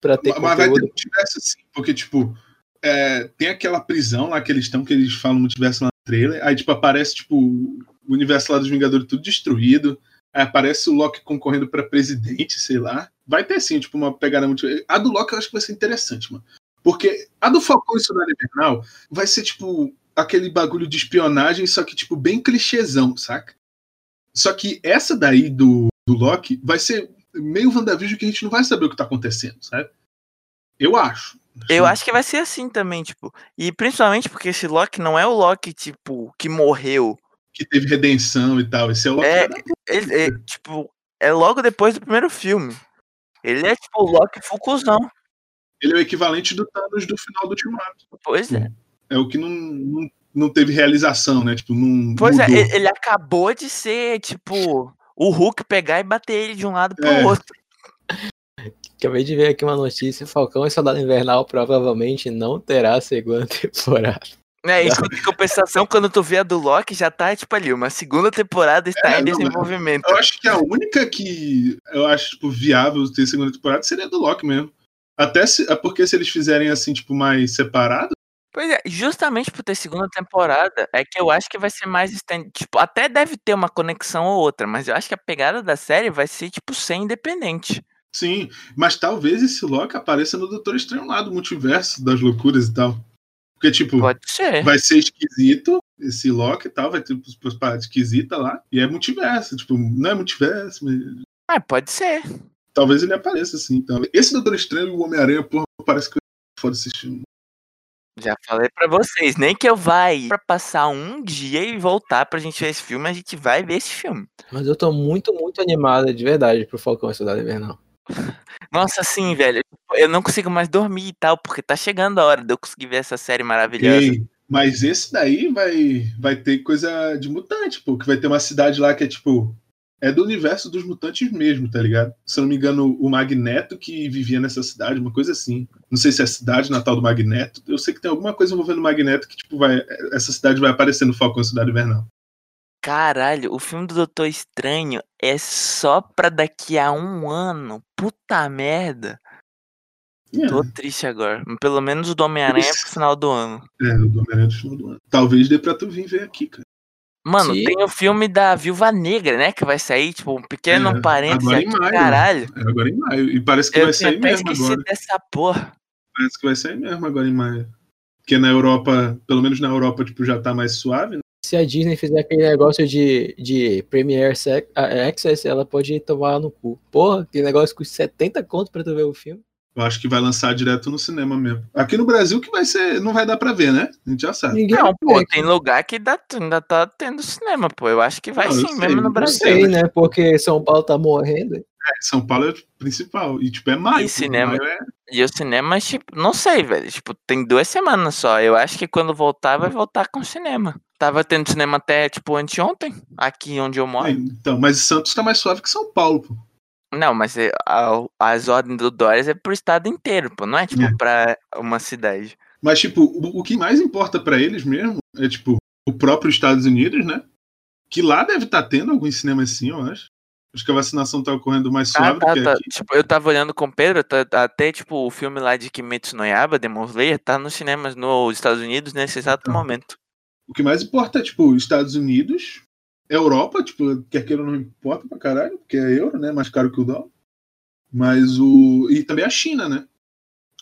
[SPEAKER 4] pra ter
[SPEAKER 2] Mas vai ter
[SPEAKER 4] conteúdo.
[SPEAKER 2] multiverso sim, porque, tipo, é, tem aquela prisão lá que eles estão, que eles falam multiverso lá no trailer, aí, tipo, aparece, tipo, o universo lá dos Vingadores tudo destruído, aí aparece o Loki concorrendo pra presidente, sei lá. Vai ter, sim, tipo, uma pegada multiverso. A do Loki eu acho que vai ser interessante, mano. Porque a do Falcão e Soldado Invernal vai ser, tipo, aquele bagulho de espionagem, só que, tipo, bem clichêzão, saca? Só que essa daí do, do Loki vai ser meio Wandavision que a gente não vai saber o que tá acontecendo, sabe? Eu acho.
[SPEAKER 3] eu acho que vai ser assim também, tipo, e principalmente porque esse Loki não é o Loki, tipo, que morreu.
[SPEAKER 2] Que teve redenção e tal. Esse é o Loki.
[SPEAKER 3] É, ele, é, tipo, é logo depois do primeiro filme. Ele é, tipo, o Loki Fucuzão.
[SPEAKER 2] Ele é o equivalente do Thanos do final do Ultimato.
[SPEAKER 3] Pois é.
[SPEAKER 2] É o que não, não, não teve realização, né? Tipo, não.
[SPEAKER 3] Pois é,
[SPEAKER 2] mudou.
[SPEAKER 3] ele, ele acabou de ser, tipo, o Hulk pegar e bater ele de um lado pro
[SPEAKER 2] É.
[SPEAKER 3] outro.
[SPEAKER 4] Acabei de ver aqui uma notícia: Falcão e Soldado Invernal provavelmente não terá segunda temporada.
[SPEAKER 3] Né? Isso em compensação, quando tu vê a do Loki, já tá, tipo, ali, uma segunda temporada está
[SPEAKER 2] É, não,
[SPEAKER 3] em
[SPEAKER 2] mas-
[SPEAKER 3] desenvolvimento.
[SPEAKER 2] Eu acho que a única que eu acho tipo, viável ter segunda temporada seria a do Loki mesmo. Até se, é porque se eles fizerem assim, tipo, mais separado.
[SPEAKER 3] Pois é, justamente por ter segunda temporada, é que eu acho que vai ser mais stand... Tipo, até deve ter uma conexão ou outra, mas eu acho que a pegada da série vai ser, tipo, ser independente.
[SPEAKER 2] Sim, mas talvez esse Loki apareça no Doutor Estranho lá do multiverso das loucuras e tal. Porque, tipo,
[SPEAKER 3] Pode ser.
[SPEAKER 2] vai ser esquisito esse Loki e tal, vai ter umas umas paradas esquisitas lá. E é multiverso, tipo, não é multiverso, mas
[SPEAKER 3] Ah, pode ser.
[SPEAKER 2] talvez ele apareça assim. Então. Esse Doutor Estranho e o Homem-Aranha, porra, parece que eu fora um esse filme.
[SPEAKER 3] Já falei pra vocês, nem que eu vá aí pra passar um dia e voltar pra gente ver esse filme, a gente vai ver esse filme.
[SPEAKER 4] Mas eu tô muito, muito animado de verdade pro Falcão e Soldado Invernal.
[SPEAKER 3] Nossa, assim, velho, tipo, eu não consigo mais dormir e tal, porque tá chegando a hora de eu conseguir ver essa série maravilhosa.
[SPEAKER 2] Ei, mas esse daí vai, vai ter coisa de mutante, pô, que vai ter uma cidade lá que é tipo. É do universo dos mutantes mesmo, tá ligado? Se eu não me engano, o Magneto que vivia nessa cidade, uma coisa assim. Não sei se é a cidade natal do Magneto. Eu sei que tem alguma coisa envolvendo o Magneto que, tipo, vai. Essa cidade vai aparecer no Falcão e Cidade Invernal.
[SPEAKER 3] Caralho, o filme do Doutor Estranho é só pra daqui a um ano. Puta merda. Tô
[SPEAKER 2] Hum.
[SPEAKER 3] triste agora. Pelo menos o do Homem-Aranha é pro final do ano.
[SPEAKER 2] É, o Homem-Aranha do final do ano. Talvez dê pra tu vir ver aqui, cara.
[SPEAKER 3] Mano,
[SPEAKER 4] Sim.
[SPEAKER 3] tem o filme da Viúva Negra, né? Que vai sair, tipo, um pequeno
[SPEAKER 2] É,
[SPEAKER 3] parênteses
[SPEAKER 2] agora em
[SPEAKER 3] aqui,
[SPEAKER 2] maio.
[SPEAKER 3] caralho.
[SPEAKER 2] É agora em maio. E parece que
[SPEAKER 3] Eu
[SPEAKER 2] vai
[SPEAKER 3] tinha
[SPEAKER 2] sair
[SPEAKER 3] até
[SPEAKER 2] mesmo
[SPEAKER 3] esquecido
[SPEAKER 2] agora.
[SPEAKER 3] dessa porra.
[SPEAKER 2] Parece que vai sair mesmo agora em maio. Porque na Europa, pelo menos na Europa, tipo, já tá mais suave, né?
[SPEAKER 4] Se a Disney fizer aquele negócio de, de Premiere Sec- a- Access, ela pode tomar no cu. Porra, que negócio custa 70 conto pra tu ver o filme.
[SPEAKER 2] Eu acho que vai lançar direto no cinema mesmo. Aqui no Brasil que vai ser. Não vai dar pra ver, né? A gente já sabe.
[SPEAKER 4] Ninguém
[SPEAKER 3] Não,
[SPEAKER 4] vai
[SPEAKER 3] pô,
[SPEAKER 4] ver.
[SPEAKER 3] tem lugar que dá- ainda tá tendo cinema, pô. Eu acho que vai
[SPEAKER 2] Não, eu
[SPEAKER 3] sim,
[SPEAKER 2] sei,
[SPEAKER 3] mesmo no
[SPEAKER 2] eu
[SPEAKER 4] Não
[SPEAKER 3] Brasil.
[SPEAKER 4] sei, né? Porque São Paulo tá morrendo.
[SPEAKER 2] São Paulo é o principal. E, tipo, é maio.
[SPEAKER 3] E cinema.
[SPEAKER 2] Maio é-
[SPEAKER 3] E o cinema, tipo, não sei, velho. Tipo, tem duas semanas só. Eu acho que quando voltar, vai voltar com cinema. Tava tendo cinema até, tipo, anteontem, aqui onde eu moro.
[SPEAKER 2] Ah, então, mas Santos tá mais suave que São Paulo, pô.
[SPEAKER 3] Não, mas é- a- as ordens do Dóris é pro estado inteiro, pô. Não é, tipo,
[SPEAKER 2] É.
[SPEAKER 3] pra uma cidade.
[SPEAKER 2] Mas, tipo, o, o que mais importa pra eles mesmo é, tipo, o próprio Estados Unidos, né? Que lá deve estar tendo alguns cinemas sim, eu acho. Acho que a vacinação tá ocorrendo mais
[SPEAKER 3] Ah,
[SPEAKER 2] suave
[SPEAKER 3] tá,
[SPEAKER 2] do que
[SPEAKER 3] tá.
[SPEAKER 2] aqui.
[SPEAKER 3] Tipo, eu tava olhando com o Pedro, tá- tá- até, tipo, o filme lá de Kimetsu no Yaiba, Demon Slayer, tá nos cinemas nos Estados Unidos nesse exato
[SPEAKER 2] Então.
[SPEAKER 3] momento.
[SPEAKER 2] O que mais importa é, tipo, Estados Unidos, Europa, tipo, quer queira ou não importa pra caralho, porque é euro, né? Mais caro que o dólar. Mas o. E também a China, né?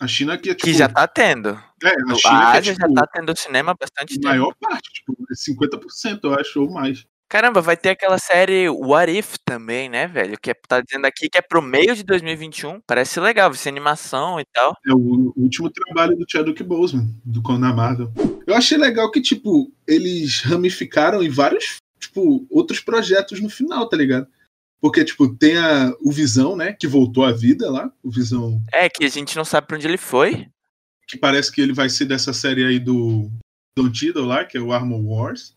[SPEAKER 2] A China que é tipo.
[SPEAKER 3] Que já tá tendo.
[SPEAKER 2] é, a
[SPEAKER 3] A,
[SPEAKER 2] China que é,
[SPEAKER 3] Ásia
[SPEAKER 2] tipo,
[SPEAKER 3] já tá tendo cinema há bastante
[SPEAKER 2] a
[SPEAKER 3] tempo.
[SPEAKER 2] maior parte, tipo, é 50%, eu acho, ou mais.
[SPEAKER 3] Caramba, vai ter aquela série What If também, né, velho? Que é- tá dizendo aqui que é pro meio de 2021. Parece legal, vai ser animação e tal.
[SPEAKER 2] É o último trabalho do Chadwick Boseman, do Conan Marvel. Eu achei legal que, tipo, eles ramificaram em vários, tipo, outros projetos no final, tá ligado? Porque, tipo, tem a, o Visão, né, que voltou à vida lá, o Visão,
[SPEAKER 3] É, que a gente não sabe pra onde ele foi.
[SPEAKER 2] que parece que ele vai ser dessa série aí do Don Tiddle lá, que é o Armor Wars.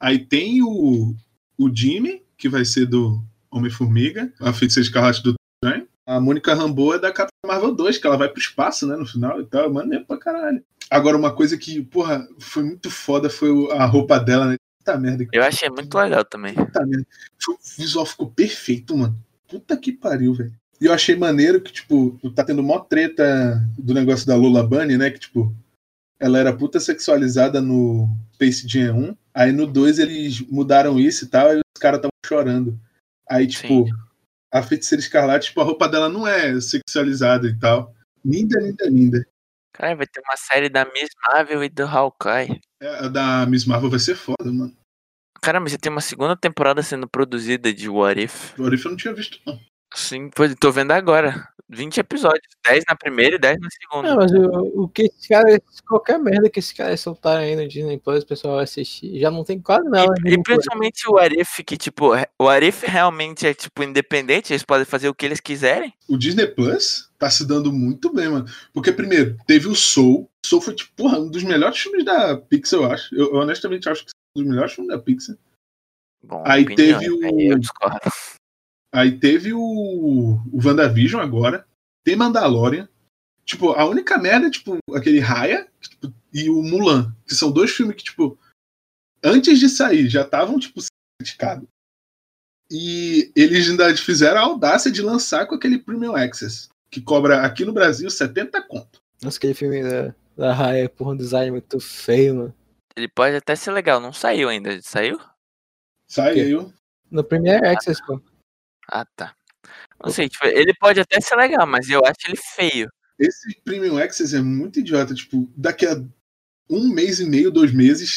[SPEAKER 2] Aí tem o, o Jimmy, que vai ser do Homem-Formiga, a Feiticeira Escarlate do Estranho. A Mônica Rambeau é da Capitã Marvel 2, que ela vai pro espaço, né, no final e tal. Maneiro pra caralho. Agora, uma coisa que, porra, foi muito foda foi o- a roupa dela, né? Puta merda.
[SPEAKER 3] Eu achei muito legal também.
[SPEAKER 2] Puta merda. O visual ficou perfeito, mano. Puta que pariu, velho. E eu achei maneiro que, tipo, tá tendo mó treta do negócio da Lula Bunny, né? Que, tipo, ela era puta sexualizada no Space Jam 1. Aí no 2 eles mudaram isso e tal, e os caras estavam chorando. Aí, tipo, a feiticeira escarlate, tipo, a roupa dela não é sexualizada e tal. Linda, linda, linda.
[SPEAKER 3] Cara, vai ter uma série da Miss Marvel e do Hawkeye.
[SPEAKER 2] É, A da Miss Marvel vai ser foda, mano.
[SPEAKER 3] Caramba, já tem uma segunda temporada sendo produzida de What If.
[SPEAKER 2] O Orif eu não tinha visto, não.
[SPEAKER 3] Sim, pois, tô vendo agora. 20 episódios. 10 na primeira e 10 na
[SPEAKER 4] Ah,
[SPEAKER 3] segunda.
[SPEAKER 4] mas o, o que esses caras. Qualquer merda que esses caras soltarem aí no Disney Plus, o pessoal vai assistir. Já não é tem quase nada.
[SPEAKER 3] E, e principalmente o Arif, que tipo, o Arif realmente é tipo independente, eles podem fazer o que eles quiserem.
[SPEAKER 2] o Disney Plus tá se dando muito bem, mano. Porque, primeiro, teve o Soul. Soul foi, tipo, porra, um dos melhores filmes da Pixar, eu acho. Eu, eu honestamente acho que é um dos melhores filmes da Pixar.
[SPEAKER 3] Bom,
[SPEAKER 2] Aí
[SPEAKER 3] opiniões,
[SPEAKER 2] teve
[SPEAKER 3] né?
[SPEAKER 2] o-
[SPEAKER 3] Eu discordo.
[SPEAKER 2] Aí teve o, o WandaVision agora. Tem Mandalorian. Tipo, a única merda é, tipo, aquele Raya que, tipo, e o Mulan. Que são dois filmes que, tipo, antes de sair, já estavam, tipo, sendo criticados. E eles ainda fizeram a audácia de lançar com aquele Premium Access. Que cobra aqui no Brasil 70 conto.
[SPEAKER 4] Nossa, aquele filme da, da Raya, porra, um design muito feio, mano.
[SPEAKER 3] Ele pode até ser legal, não saiu ainda. Saiu?
[SPEAKER 2] Saiu.
[SPEAKER 4] No Premiere Access, pô.
[SPEAKER 3] Ah, tá. Não sei, tipo, ele pode até ser legal, mas eu acho ele feio.
[SPEAKER 2] Esse Premium Access é muito idiota. Tipo, daqui a um mês e meio, dois meses,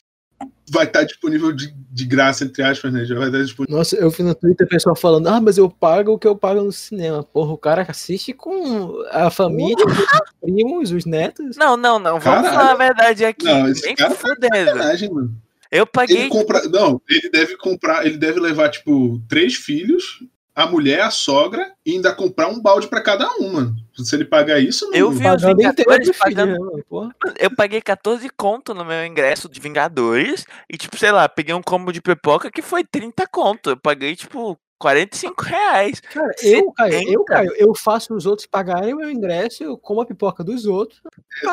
[SPEAKER 2] vai estar disponível de, de graça, entre aspas, né? Já vai estar disponível.
[SPEAKER 4] Nossa, eu vi no Twitter o pessoal falando, ah, mas eu pago o que eu pago no cinema. Porra, o cara assiste com a família, os primos, os netos.
[SPEAKER 3] Não, não, não. Vamos
[SPEAKER 2] Caralho.
[SPEAKER 3] falar a verdade aqui.
[SPEAKER 2] Não, esse
[SPEAKER 3] Nem
[SPEAKER 2] cara tá
[SPEAKER 3] fudendo.
[SPEAKER 2] Sacanagem, mano.
[SPEAKER 3] Eu
[SPEAKER 2] Ele
[SPEAKER 3] paguei.
[SPEAKER 2] compra. Não, ele deve comprar. Ele deve levar, tipo, três filhos, a mulher, a sogra, e ainda comprar um balde pra cada um, mano. Se ele pagar isso, não.
[SPEAKER 3] Eu vi os
[SPEAKER 4] Pagando inteiro
[SPEAKER 3] Vingadores
[SPEAKER 4] de filho,
[SPEAKER 3] pagando
[SPEAKER 4] né, mano, porra.
[SPEAKER 3] Eu paguei 14 conto no meu ingresso de Vingadores. E, tipo, sei lá, peguei um combo de pipoca que foi 30 conto. Eu paguei, tipo, 45 reais.
[SPEAKER 4] Cara, eu, Caio, eu,
[SPEAKER 3] 70?
[SPEAKER 4] Caio, eu faço os outros pagarem o meu ingresso, eu como a pipoca dos outros.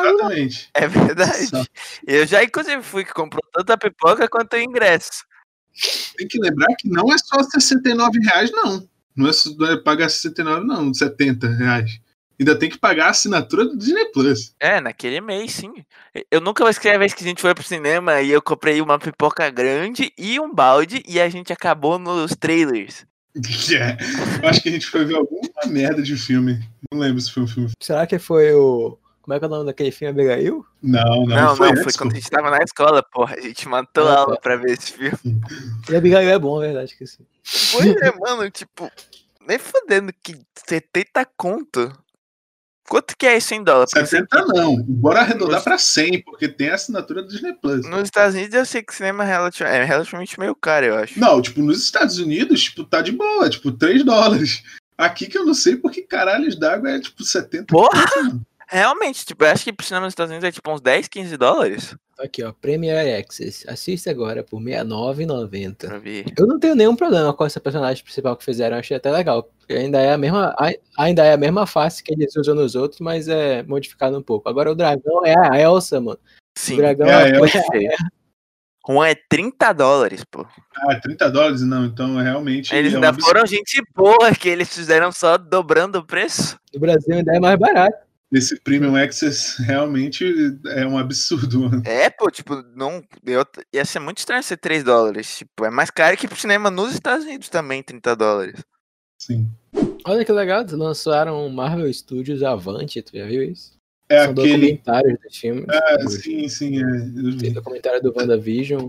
[SPEAKER 2] Exatamente.
[SPEAKER 3] É verdade.
[SPEAKER 2] Nossa.
[SPEAKER 3] Eu já, inclusive, fui que comprou tanto a pipoca quanto o ingresso.
[SPEAKER 2] Tem que lembrar que não é só R$ 69 reais, não. Não é, só- não é pagar R$ 69, não, R$ 70 reais. ainda tem que pagar a assinatura do Disney Plus.
[SPEAKER 3] É, naquele mês, sim. Eu nunca vou esquecer a vez que a gente foi pro cinema e eu comprei uma pipoca grande e um balde e a gente acabou nos trailers.
[SPEAKER 2] É. Eu Acho que a gente foi ver alguma merda de filme. Não lembro se foi um filme.
[SPEAKER 4] Será que foi o. Como é que é o nome daquele filme Abigail?
[SPEAKER 2] Não, não,
[SPEAKER 3] Não, não,
[SPEAKER 2] foi,
[SPEAKER 3] foi,
[SPEAKER 2] antes,
[SPEAKER 3] quando
[SPEAKER 2] pô.
[SPEAKER 3] a gente tava na escola, porra. A gente matou
[SPEAKER 4] Ah,
[SPEAKER 3] a
[SPEAKER 4] tá.
[SPEAKER 3] aula pra ver esse filme.
[SPEAKER 4] E Abigail é bom, é verdade. Que sim.
[SPEAKER 3] Pois é, mano, tipo, nem fodendo que 70 conto. Quanto que é isso em dólar? Porque eu sei
[SPEAKER 2] 70 não. Bora arredondar pra 100, porque tem a assinatura do Disney Plus.
[SPEAKER 3] que Nos Estados Unidos eu sei que cinema é relativ- é relativamente meio caro, eu acho.
[SPEAKER 2] Não, tipo, nos Estados Unidos, tipo, tá de boa, tipo, 3 dólares. Aqui que eu não sei porque caralhos d'água é tipo 70
[SPEAKER 3] Porra! Realmente, tipo, eu acho que pro cinema nos Estados Unidos é tipo uns 10, 15 dólares.
[SPEAKER 4] Tá Aqui, ó. Premier Access. Assista agora por R$ 69,90.
[SPEAKER 3] Pra ver.
[SPEAKER 4] Eu não tenho nenhum problema com essa personagem principal que fizeram, eu achei até legal. porque Ainda é a mesma, ai- ainda é a mesma face que eles usam nos outros, mas é modificado um pouco. Agora o dragão é a Elsa, mano. O
[SPEAKER 3] Sim.
[SPEAKER 4] dragão
[SPEAKER 2] É a
[SPEAKER 4] é, a
[SPEAKER 2] Elsa.
[SPEAKER 3] Um é 30 dólares, pô.
[SPEAKER 2] Ah, 30 dólares não, então realmente.
[SPEAKER 3] Eles
[SPEAKER 2] é um
[SPEAKER 3] ainda
[SPEAKER 2] absurdo.
[SPEAKER 3] foram gente boa, que eles fizeram só dobrando o preço.
[SPEAKER 4] No Brasil ainda é mais barato.
[SPEAKER 2] Esse Premium Access realmente é um absurdo, mano.
[SPEAKER 3] É, pô, tipo, não. Eu, ia ser muito estranho ser 3 dólares. Tipo, é mais caro que pro cinema nos Estados Unidos também, 30 dólares.
[SPEAKER 2] Sim.
[SPEAKER 4] Olha que legal, eles lançaram Marvel Studios Avante, tu já viu isso?
[SPEAKER 2] É
[SPEAKER 4] São
[SPEAKER 2] aquele.
[SPEAKER 4] documentários dos filmes.
[SPEAKER 2] Ah,
[SPEAKER 4] dos-
[SPEAKER 2] sim, sim. é, eu
[SPEAKER 4] Tem
[SPEAKER 2] vi.
[SPEAKER 4] documentário do WandaVision.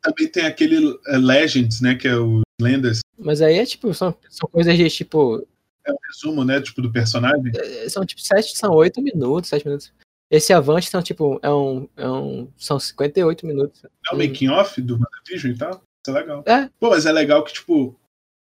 [SPEAKER 2] Também tem aquele é, Legends, né? Que é o Lendas,
[SPEAKER 4] Mas aí é tipo, são, são coisas de tipo,
[SPEAKER 2] é o resumo, né? Tipo, do personagem.
[SPEAKER 4] É, São tipo sete, são oito minutos, sete minutos. Esse avante são tipo, é um, é um, são 58 minutos.
[SPEAKER 2] É o
[SPEAKER 4] Uhum.
[SPEAKER 2] making off do WandaVision e tal. Isso é legal.
[SPEAKER 4] É.
[SPEAKER 2] Pô, mas é legal que, tipo,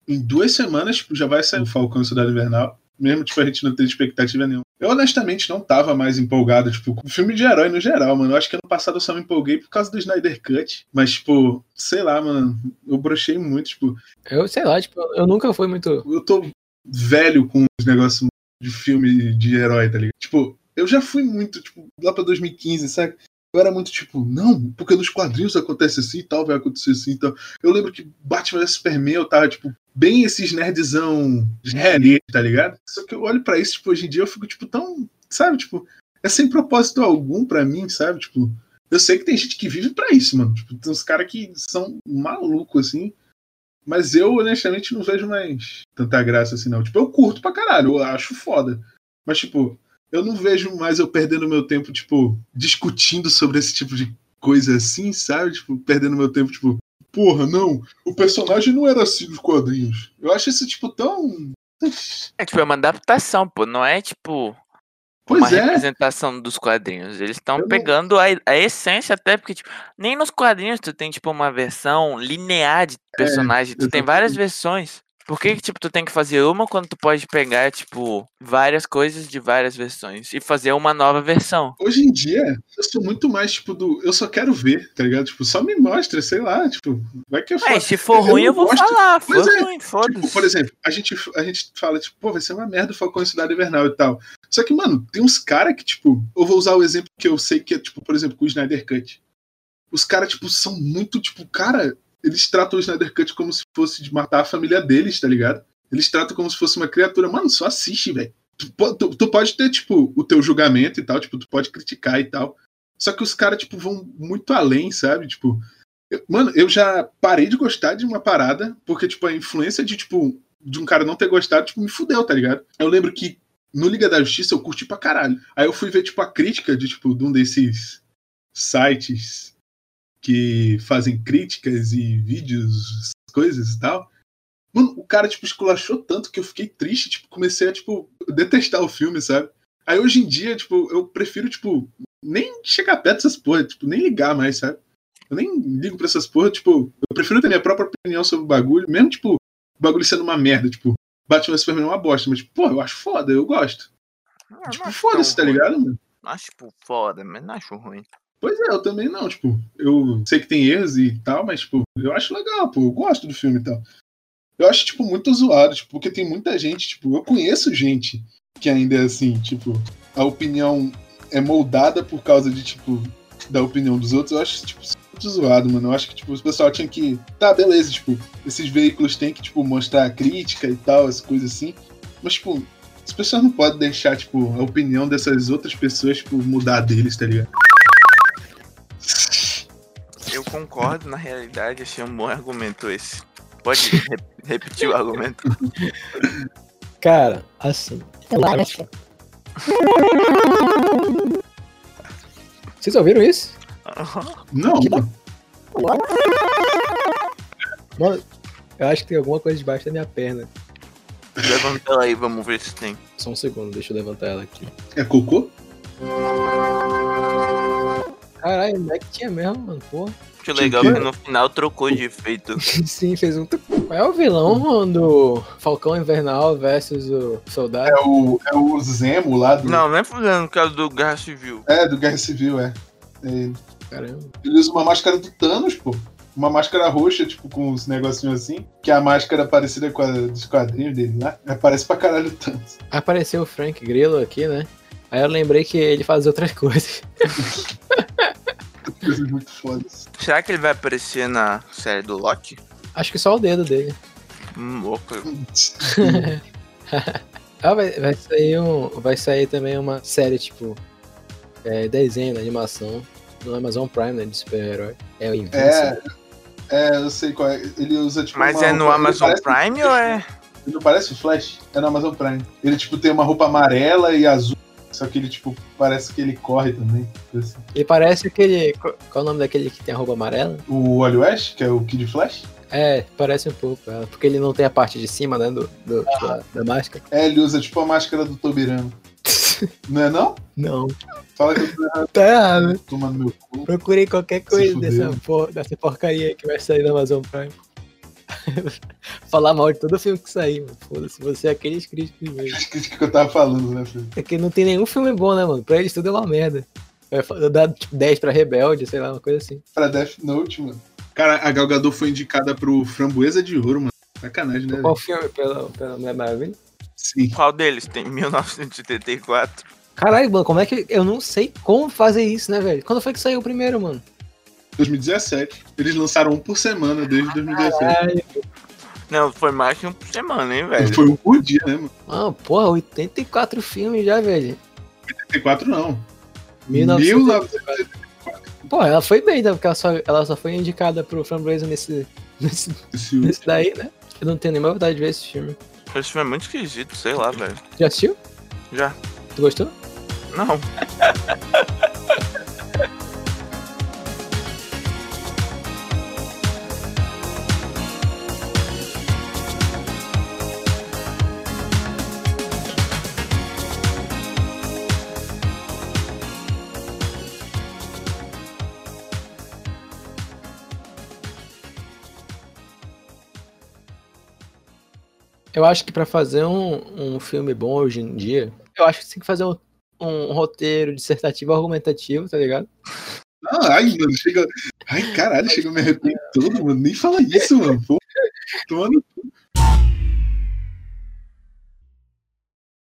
[SPEAKER 2] em duas semanas tipo, já vai sair o Falcão e o Soldado Invernal. Mesmo, tipo, a gente não ter expectativa nenhuma. Eu honestamente não tava mais empolgado, tipo, com filme de herói no geral, mano. Eu acho que ano passado eu só me empolguei por causa do Snyder Cut. Mas, tipo, sei lá, mano, eu brochei muito, tipo,
[SPEAKER 4] Eu sei lá, tipo, eu nunca fui muito.
[SPEAKER 2] eu tô velho com os negócios de filme de herói, tá ligado? Tipo, eu já fui muito, tipo, lá pra 2015, sabe? Eu era muito tipo, não, porque nos quadrinhos acontece assim e tal, vai acontecer assim e tal. Eu lembro que Batman vs Superman eu tava, tipo, bem esses nerdzão rally, tá ligado? Só que eu olho pra isso, tipo, hoje em dia eu fico, tipo, tão, sabe? Tipo, é sem propósito algum pra mim, sabe? Tipo, eu sei que tem gente que vive pra isso, mano. Tipo, tem uns caras que são malucos, assim. Mas eu, honestamente, não vejo mais tanta graça assim, não. Tipo, eu curto pra caralho, eu acho foda. Mas, tipo, eu não vejo mais eu perdendo meu tempo, tipo, discutindo sobre esse tipo de coisa assim, sabe? Tipo, perdendo meu tempo, tipo, porra, não, o personagem não era assim nos quadrinhos. Eu acho isso, tipo, tão.
[SPEAKER 3] É tipo, é uma adaptação, pô. Não é tipo
[SPEAKER 2] Pois
[SPEAKER 3] uma
[SPEAKER 2] é.
[SPEAKER 3] representação dos quadrinhos. Eles
[SPEAKER 2] Eu
[SPEAKER 3] estão
[SPEAKER 2] não-
[SPEAKER 3] pegando a, a essência, até porque, tipo, nem nos quadrinhos tu tem, tipo, uma versão linear
[SPEAKER 2] É,
[SPEAKER 3] de personagem. tu tem várias versões. Por que, que, tipo, tu tem que fazer uma quando tu pode pegar, tipo, várias coisas de várias versões e fazer uma nova versão?
[SPEAKER 2] Hoje em dia, eu sou muito mais, tipo, do. Eu só quero ver, tá ligado? Tipo, só me mostra, sei lá, tipo, vai que é foda.
[SPEAKER 3] Ué, se for
[SPEAKER 2] eu
[SPEAKER 3] ruim,
[SPEAKER 2] não
[SPEAKER 3] eu vou
[SPEAKER 2] gosto-
[SPEAKER 3] falar. Foi
[SPEAKER 2] Pois é,
[SPEAKER 3] ruim,
[SPEAKER 2] Tipo,
[SPEAKER 3] foda-se.
[SPEAKER 2] por exemplo, a gente, a gente fala, tipo, pô, vai ser uma merda o Falcão em Cidade Invernal e tal. Só que, mano, tem uns caras que, tipo, eu vou usar o exemplo que eu sei que é, tipo, por exemplo, com o Snyder Cut. Os caras, tipo, são muito, tipo, cara, eles tratam o Snyder Cut como se fosse de matar a família deles, tá ligado? Eles tratam como se fosse uma criatura. Mano, só assiste, velho. Tu, po- tu, tu pode ter, tipo, o teu julgamento e tal, tipo, tu pode criticar e tal. Só que os caras, tipo, vão muito além, sabe? Tipo, eu- Mano, eu já parei de gostar de uma parada, porque, tipo, a influência de, tipo, de um cara não ter gostado, tipo, me fudeu, tá ligado? Eu lembro que no Liga da Justiça eu curti pra caralho. Aí eu fui ver, tipo, a crítica de, tipo, de um desses sites que fazem críticas e vídeos, coisas e tal. Mano, o cara, tipo, esculachou tanto que eu fiquei triste, tipo, comecei a, tipo, detestar o filme, sabe? Aí hoje em dia, tipo, eu prefiro, tipo, nem chegar perto dessas porra, tipo, nem ligar mais, sabe? Eu nem ligo pra essas porra, tipo, eu prefiro ter minha própria opinião sobre o bagulho, mesmo, tipo, o bagulho sendo uma merda, tipo, Batman e Superman é uma bosta, mas, tipo, pô, eu acho foda, eu gosto.
[SPEAKER 3] Ah, não
[SPEAKER 2] tipo,
[SPEAKER 3] acho
[SPEAKER 2] foda-se, tá
[SPEAKER 3] tão ruim.
[SPEAKER 2] ligado, mano?
[SPEAKER 3] Não acho, tipo, foda, mas não acho ruim.
[SPEAKER 2] Pois é, eu também não, tipo, eu sei que tem erros e tal, mas, tipo, eu acho legal, pô, eu gosto do filme e tal. Eu acho, tipo, muito zoado, tipo, porque tem muita gente, tipo, eu conheço gente que ainda é assim, tipo, a opinião é moldada por causa de, tipo, da opinião dos outros, eu acho, tipo, isso muito zoado, mano. Eu acho que, tipo, o pessoal tinha que. Tá, beleza, tipo, esses veículos têm que, tipo, mostrar a crítica e tal, as coisas assim. Mas, tipo, As pessoas não podem deixar, tipo, a opinião dessas outras pessoas, tipo, mudar deles, tá ligado?
[SPEAKER 3] Eu concordo, na realidade, achei um bom argumento esse. Pode re- repetir o argumento?
[SPEAKER 4] Cara, assim.
[SPEAKER 7] Eu acho.
[SPEAKER 4] Vocês ouviram isso?
[SPEAKER 2] Não, mano.
[SPEAKER 4] Mano, eu acho que tem alguma coisa debaixo da minha perna.
[SPEAKER 3] Levanta ela aí, vamos ver se tem.
[SPEAKER 4] Só um segundo, deixa eu levantar ela aqui.
[SPEAKER 2] é cocô?
[SPEAKER 4] Caralho, não é que tinha mesmo, mano. Porra.
[SPEAKER 3] Que legal que no final trocou de efeito.
[SPEAKER 4] Sim, fez um. tup. Qual é o vilão mano, do Falcão Invernal versus o Soldado?
[SPEAKER 2] É o, é o Zemo lá do.
[SPEAKER 3] Não, não é falando por causa do Guerra Civil.
[SPEAKER 2] É, do Guerra Civil, é. é.
[SPEAKER 4] Caramba.
[SPEAKER 2] Ele usa uma máscara do Thanos, pô. Uma máscara roxa, tipo, com uns negocinhos assim. Que é a máscara parecida com a dos quadrinhos dele lá. É, Parece pra caralho o Thanos.
[SPEAKER 4] Apareceu o Frank Grillo aqui, né? Aí eu lembrei que ele faz outras coisas.
[SPEAKER 2] Coisas muito fodas.
[SPEAKER 3] Será que ele vai aparecer na série do Loki?
[SPEAKER 4] Acho que só o dedo dele.
[SPEAKER 3] Hum, louco.
[SPEAKER 4] Ah, vai, vai sair um. Vai sair também uma série, tipo. É, desenho, né, animação. No Amazon Prime, né? De super-herói. É o Invincible.
[SPEAKER 2] É. É, eu sei qual é. Ele usa, tipo.
[SPEAKER 3] Mas
[SPEAKER 2] uma
[SPEAKER 3] é no
[SPEAKER 2] roupa- ele
[SPEAKER 3] Amazon
[SPEAKER 2] parece-
[SPEAKER 3] Prime ou é.
[SPEAKER 2] Ele não parece o Flash? É no Amazon Prime. Ele, tipo, tem uma roupa amarela e azul. Só que ele, tipo, parece que ele corre também. assim.
[SPEAKER 4] E parece aquele. Qual é o nome daquele que tem a roupa amarela?
[SPEAKER 2] O Wally West, que é o Kid Flash,
[SPEAKER 4] É, parece um pouco ela, porque ele não tem a parte de cima, né, do, do- da, da máscara.
[SPEAKER 2] é, ele usa, tipo, a máscara do Tobirano. não é não?
[SPEAKER 4] Não,
[SPEAKER 2] Fala que eu tô errado,
[SPEAKER 4] tá errado.
[SPEAKER 2] tomando meu cu.
[SPEAKER 4] Procurei qualquer coisa
[SPEAKER 2] fudeu.
[SPEAKER 4] dessa, por, dessa porcaria que vai sair da Amazon Prime. Falar mal de todo filme que sair, mano. Foda-se, você é aqueles críticos mesmo.
[SPEAKER 2] As críticas que eu tava falando, né, filho?
[SPEAKER 4] É que não tem nenhum filme bom, né, mano? Pra eles tudo é uma merda. Eu ia dar tipo, 10 pra Rebelde, sei lá, uma coisa assim.
[SPEAKER 2] Pra Death Note, mano. Cara, a Galgador foi indicada pro Framboesa de Ouro, mano. Sacanagem, né?
[SPEAKER 4] Qual filme? Pela, pela Mulher Maravilha?
[SPEAKER 2] Sim.
[SPEAKER 3] Qual deles? Tem 1984.
[SPEAKER 4] Caralho, mano, como é que. Eu não sei como fazer isso, né, velho? Quando foi que saiu o primeiro, mano?
[SPEAKER 2] 2017. Eles lançaram um por semana desde 2017.
[SPEAKER 4] Caralho.
[SPEAKER 3] Não, foi mais que um por semana, hein, velho?
[SPEAKER 2] Foi um por dia, né, mano?
[SPEAKER 4] Mano, Ah, porra, 84 filmes já, velho.
[SPEAKER 2] 84 não.
[SPEAKER 4] 1984. Pô, ela foi bem, né? Porque ela só, ela só foi indicada pro Fanblazer nesse, nesse,
[SPEAKER 2] 1900.
[SPEAKER 4] nesse daí, né? Eu não tenho nenhuma vontade de ver esse filme.
[SPEAKER 3] Esse filme é muito esquisito, sei lá, velho.
[SPEAKER 4] Já assistiu?
[SPEAKER 3] Já.
[SPEAKER 4] Tu gostou?
[SPEAKER 3] Não.
[SPEAKER 4] Eu acho que pra fazer um, um filme bom hoje em dia, eu acho que você tem que fazer um, um roteiro dissertativo argumentativo, tá ligado?
[SPEAKER 2] Ah, ai, mano, chega. Ai, caralho, chega a me arrepender todo, mano. Nem fala isso, mano. Pô, tomando